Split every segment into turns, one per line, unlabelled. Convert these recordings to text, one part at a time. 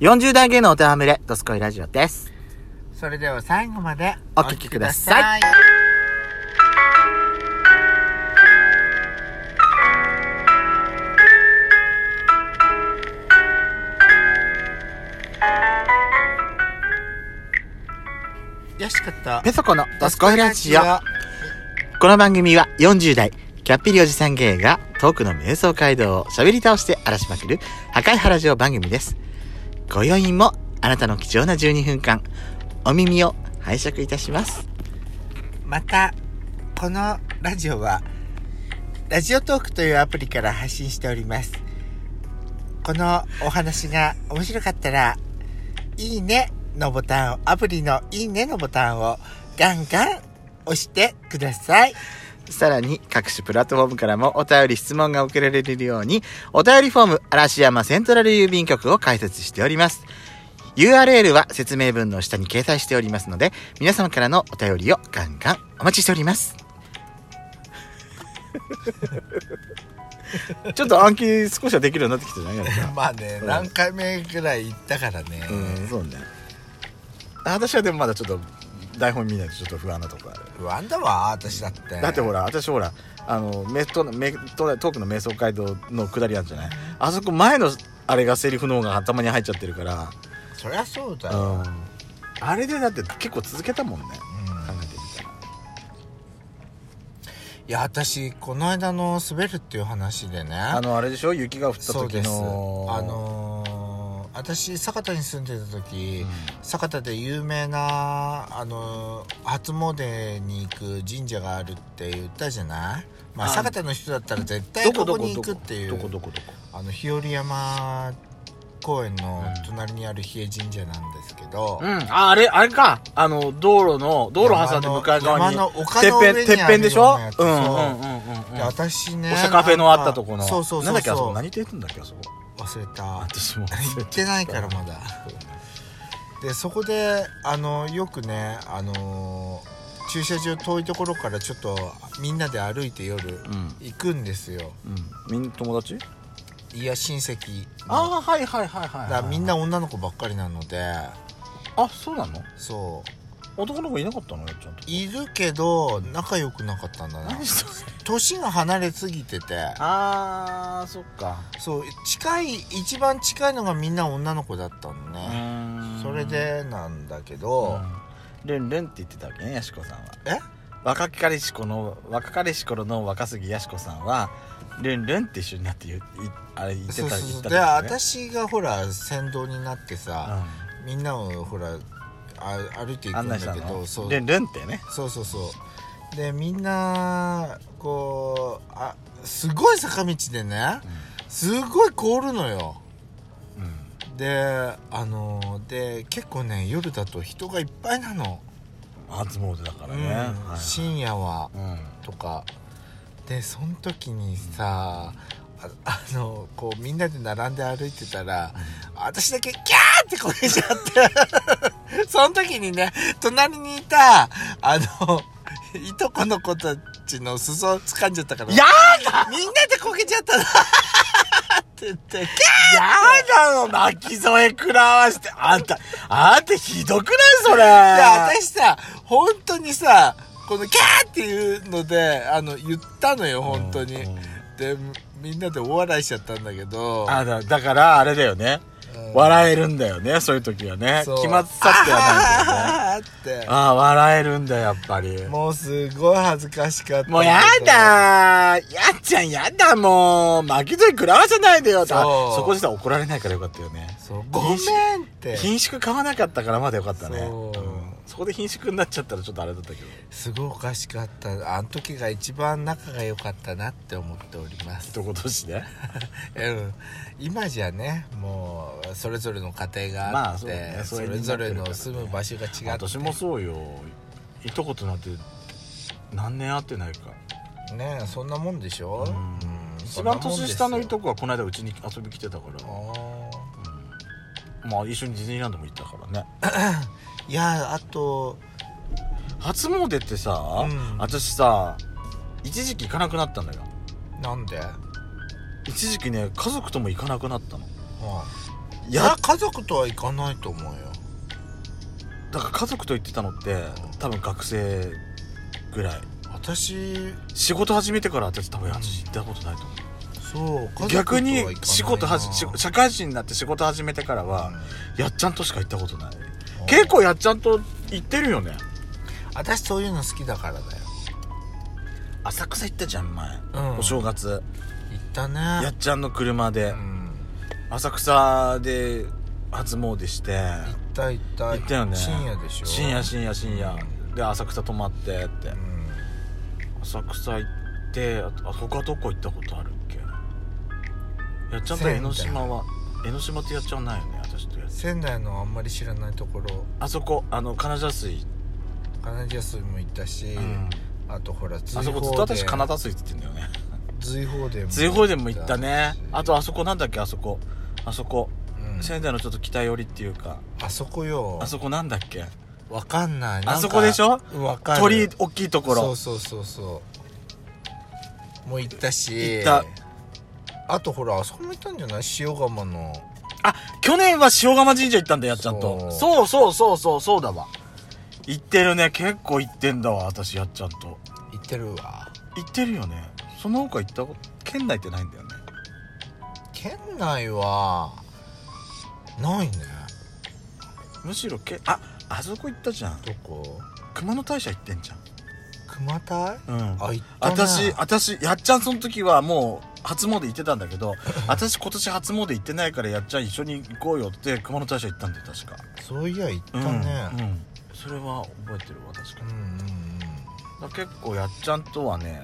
40代芸能お手はむれ、ドスコイラジオです。
それでは最後まで
お聞きくださ
い。よしかった。
ペソコのドスコイラジオ。この番組は40代、キャッピリおじさん芸がトークの瞑想街道を喋り倒して荒らしまくる破壊原城番組です。ご用意もあなたの貴重な12分間、お耳を拝借いたします。
またこのラジオはラジオトークというアプリから配信しておりますこのお話が面白かったら「いいね」のボタンをアプリの「いいね」のボタンをガンガン押してください
さらに各種プラットフォームからもお便り質問が受けられるようにお便りフォーム嵐山セントラル郵便局を開設しております URL は説明文の下に掲載しておりますので皆様からのお便りをガンガンお待ちしております ちょっと暗記少しはできるようになってきたじゃないですか
まあね
何
回目ぐらい行ったからね
うんそうね私はでもまだちょっと台本見ないとちょっと不安なとこある
不安だわ私だって
だってほら私ほらあのメトメトトークの瞑想街道の下りあるじゃないあそこ前のあれがセリフの方が頭に入っちゃってるから、
そりゃそうだ
うん、あれでだって結構続けたもんね考えてみたら
いや私この間の滑るっていう話でね
あのあれでしょ雪が降った
そう
時
です
の
あのー私酒田に住んでた時、
う
酒田で有名なあのー初詣に行く神社があるって言ったじゃない、まあ、
あ
酒田の人だったら絶対
ど
こ
こ
こ
どこ
に
ど
行くっ
こ
てい
どこ
う
どこどこ
あの日和山公園の隣にある日枝神社なんですけど、
うんああれあれかあの道路の道路挟んで向かい側に
山の
てっ
山の丘の
ぺ
上
ん
に
てっぺんでしょ
あるよ
う
うん
うん
な
うん
やつ
ん
そう
うん
で
うん
私ね
おしゃカフェのあったとこの
そうそうそうそ
な
う
んだっけあそこ何店やってんだっけあそこ
忘れた
私も
行ってないからまだでそこであのよくねあの駐車場遠いところからちょっとみんなで歩いて夜
うん
行くんですよ
みんな友達
いや親戚
ああはいはいはいはい
だからみんな女の子ばっかりなので
あそうなの
そう
男の子いなかったのよちゃんと
いるけど仲良くなかった んだな年が離れすぎてて
あーそっか
そう近い一番近いのがみんな女の子だったのねそれでなんだけど、
ルンルンって言ってたわけねやしこさんは
え
若き彼氏子の若かりし頃の若杉やしこさんはルンルンって一緒になって言ういあれ言って
そう
た
そう
言
そ
っ
う
て
で
たんですね
私がほら先導になってさ、みんなをほらあ歩いて
うん
いくん
案
だ
内した
けど
の
そう
ルンルンってね
そうそうそうでみんなこうあすごい坂道でねすごい凍るのよ
うん
であので結構ね夜だと人がいっぱいなの、
初詣だから
うん
ねはい
深夜は
うん
とかでその時にさああのこうみんなで並んで歩いてたら私だけキャーって声しちゃって その時にね隣にいたあのいとこの子たちの裾を掴んじゃったから
や
みんなでこけちゃ ったなって言って
やだの泣き添え食らわしてあんたあんたひどくないそれ
いや私さ本当にさこのキャーっていうのであの言ったのよ本当に、
うんうん
でみんなで大笑いしちゃったんだけど
あだだからあれだよね、
うん
笑えるんだよねそういう時はね
そう
決まってたってはないんだよね
あーっ
ああ笑えるんだやっぱり
てもうすごい恥ずかしかった
もうやだーやっちゃんやだもう巻き添え食らわせないでよ
そう
あそこ自体怒られないからよかったよね
そうごめんって
品種買わなかったからまだよかったね
そうん
そこで品種になっちゃったらちょっとあれだったけど
すごいおかしかったあの時が一番仲が良かったなって思っております、
一言としてね
うん、今じゃねもうそれぞれの家庭が
ま
あ
あ
って,、
そうだね
そ
疎遠に
れ
なっ
ぞ
てる
れ
からね
の住む場所が違って
私もそうよいとことなって何年会ってないか
ねそんなもんでしょ、
う
うんん
一番年下のいと
こ
こはこの間うちに遊び来てたから、まあ一緒にディズニーランドも行ったからね
いやあと
初詣ってさ、
うん
私さ一時期行かなくなったのよ
なんで、うん
一時期ね家族とも行かなくなったの
いや家族とは行かないと思うよ
だから家族と行ってたのって多分学生ぐらい
私
仕事始めてから私多分私行ったことないと思う、
そう
逆に仕事はじし
うん
社会人になって仕事始めてからは、やっちゃんとしか行ったことない結構やっちゃんと行ってるよね
私そういうの好きだからだよ
浅草行ったじゃん前、
うん
お正月
行ったね
やっちゃんの車で、
うん
浅草で初詣して
行った行った
行ったよね
深夜でしょ
深夜深夜深夜、
う
で浅草泊まってって、
うん
浅草行ってああ他どこ行ったことあるっけやっちゃんと
仙台
江ノ島は江ノ島ってやっちゃんないよね私とやっちゃん
仙台のあんまり知らないところ
あそこあの金沢水、
カナディア水も行ったし、
うん
あとほら
あそこずっと私金沢水って言ってんだよね
随放電
瑞宝でも行ったねあとあそ
こ、
こなんだっけあそこあそこ、
うん
仙台のちょっと北寄りっていうか
あそこよ
あそこなんだっけ
わかんない
あそこでしょ
わかる
鳥居大きいところ
そうそうそうそうもう行ったし
行った
あとほらあそこも行ったんじゃない塩釜の
あ去年は塩釜神社行ったんだやっちゃんとそうそうそうそうそうだわ行ってるね結構行ってんだわ私やっちゃんと
行ってるわ
行ってるよねその他行ったこと県内ってないんだよね
県内はないね
むしろけああそこ行ったじゃん
どこ
熊野大社行ってんじゃん
熊隊
うん
あ行ったね
私私やっちゃんその時はもう初詣行ってたんだけ ど私今年初詣行ってないからやっちゃん一緒に行こうよって熊野大社行ったんだよ確か
そういや行った
うん
ね
うんそれは覚えてるわ確か
う
に
ん、うん
だから結構やっちゃんとはね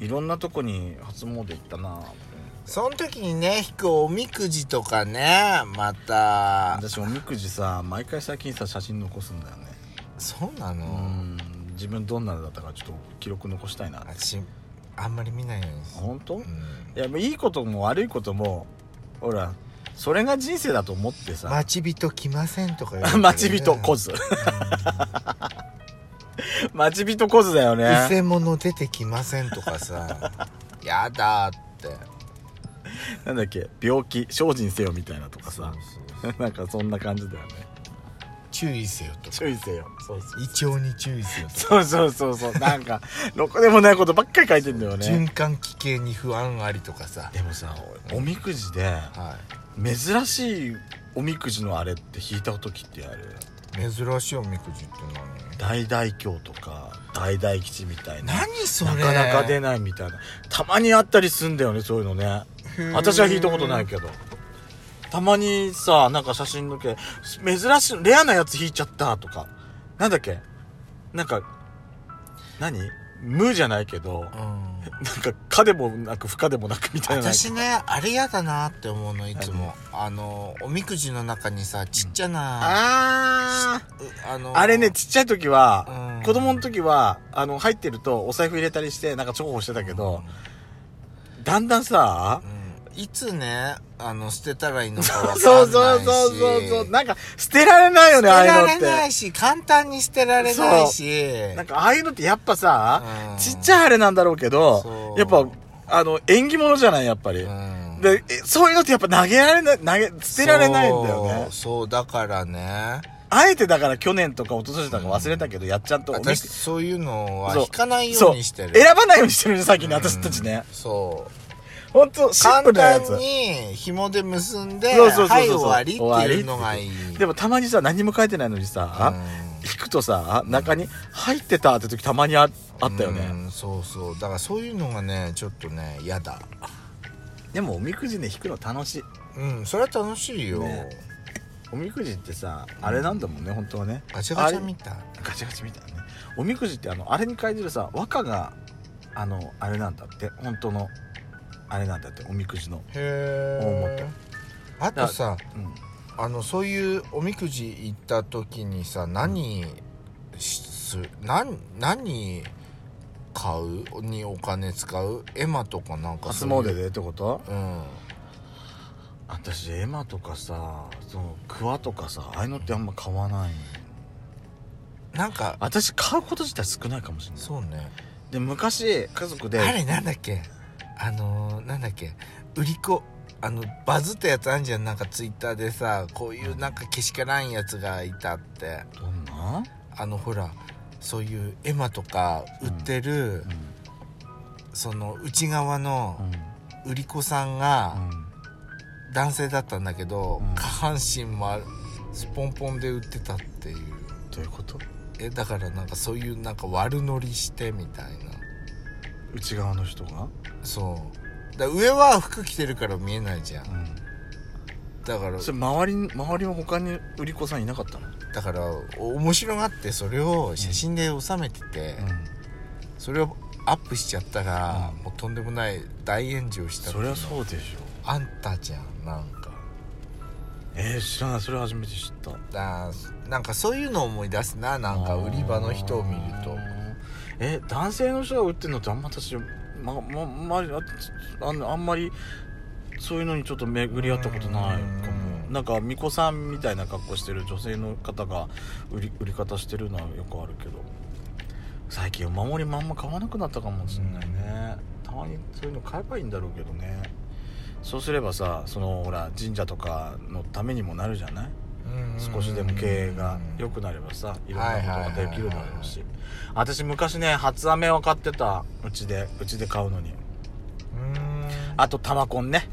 いろんなとこに初詣行ったな
その時にね引くおみくじとかねまた
私おみくじさ毎回最近さ写真残すんだよね
そうな
う
の、
ん自分どんなのだったかちょっと記録残したいな
私あんまり見ないようにする
本当
う
い
ん
やもういいことも悪いこともほらそれが人生だと思ってさ
待ち人来ませんとか言
待ち人こ
ず
ず待ち人こずだよね
偽物出てきませんとかさ やだって
なんだっけ病気精進せよみたいなとか
そう
さ
そう
なんかそんな感じだよね
注意せよとか
注意せよそうそう
胃腸に注意せよとか、
そうそうそうそうなんかろくでもないことばっかり書いてんだよね
循環器系に不安ありとかさ
でもさおみくじで
は
珍しいおみくじのあれって引いた時ってある
い珍しいおみくじって
大大凶とか大大吉みたいな
何何それ
なかなか出ないみたいなたまにあったりすんだよねそういうのね
へー
私は引いたことないけどたまにさなんか写真のけ珍しいレアなやつ引いちゃったとかなんだっけなんか何無じゃないけど、
何うん
なんか、かでもなく、不可でもなくみたいな。
私ねあれやだなって思うのいつもあのおみくじの中にさちっちゃな、
あー。
うあの
あれね、ちっちゃい時は
う、ん
子供の時は、あの、入ってると、お財布入れたりして、なんか重宝してたけど、だんだんさ、
うんいつねあの捨てたらいいのかわかんないし
そうそうそうそうそう、なんか、捨てられないよ
捨て
ね、ああ
ら
いう
れ
の
な
っ
いし簡単に捨てられないし
て。なんか、ああいうのってやっぱさ、
うん
ちっちゃいあれなんだろうけど
そ、う
やっぱ、あの、縁起物じゃない、やっぱり。
うん
で、えそういうのってやっぱ投げられない、投げ、捨てられないんだよ
そ
ね
う。そうだからね
あえてだから去年とか一昨年とか忘れたけど、やっちゃんとおみく
私そういうのは
そう
引かないようにしてる
そう選ばないようにしてるね最近ね
うん
私たちね
そう
本当シンプル
簡
なや
単
つ
に紐で結んで
そうそうそうそう
はい終わりっていうのがいい
でもたまにさ何も書いてないのに
うん
さ引くとさ中に入ってたって時たまにああったよ
う
ね
んそうそうだからそういうのがねちょっとね嫌だ
でもおみくじね引くの楽しい
うんそれは楽しいよ、
ねおみくじってさあれなんだもんね本当はね
ガチャガチャ
あれ
みたい
ガチャガチャみたいなねおみくじってあのあれに書いてるさ和歌があのあれなんだって本当のあれなんだっておみくじの
へえ
大元
あとさ
うん
あのそういうおみくじ行った時にさ何しす何何買うにお金使うエマとかなんか
初
そういう
詣でってこと
うん
私エマとかさそのクワとかさああいうのってあんま買わない
なんか
私買うこと自体少ないかもしれない
そうね
で昔家族で
あれなんだっけあのー、なんだっけ売り子あのバズったやつあんじゃんなんかツイッターでさこういうなんかけしからんやつがいたって
どんな
あのほらそういう絵馬とか売ってる、その内側の売り子さんが男性だったんだけど、
うん
下半身もあるスポンポンで売ってたっていう
どういうこと
えだからなんかそういうなんか悪乗りしてみたいな
内側の人が
そうだ上は服着てるから見えないじゃん
う
だから
んそれ周りに周りは他に売り子さんいなかったの
だから面白がってそれを写真で収めてて、それをアップしちゃったら、
うん
もうとんでもない大炎上した
そりゃそううでしょ
あんたじゃんなんか
えー、知らないそれ初めて知った
だなんかそういうのを思い出すななんか売り場の人を見ると
え男性の人が売ってるのってあんま私まままああのあんまりそういうのにちょっと巡り合ったことないかも
うん
なんか巫女さんみたいな格好してる女性の方が売り売り方してるのはよくあるけど最近お守りもあんま買わなくなったかもしんないねたまにそういうの買えばいいんだろうけどねそうすればさそのほら神社とかのためにもなるじゃない少しでも経営が良くなればさいろんなことができるだろうし私昔ね初飴を買ってたうちでうちで買うのに
うん
あと玉コンね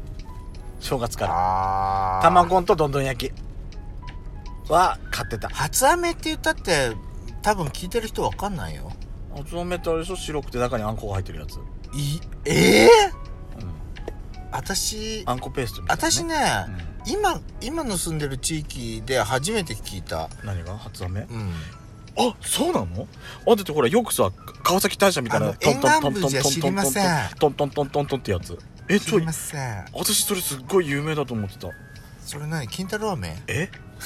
正月から
あー
玉コンとどんどん焼きは買ってた
初飴って言ったって多分聞いてる人わかんないよ
初飴ってあれでしょ白くて中にあんこが入ってるやつ、うん、
いええ私
あんこペーストみたいな、
私ね、
うん
今今の住んでる地域で初めて聞いた
何が初飴
うん
あそうなのあだってほらよくさ川崎大社みたい
あ
な
の沿岸部じゃ知りません
トントントントントンってやつえ
す
ちょ
み
い
ません
私それすっごい有名だと思ってた
それ何金太郎飴
え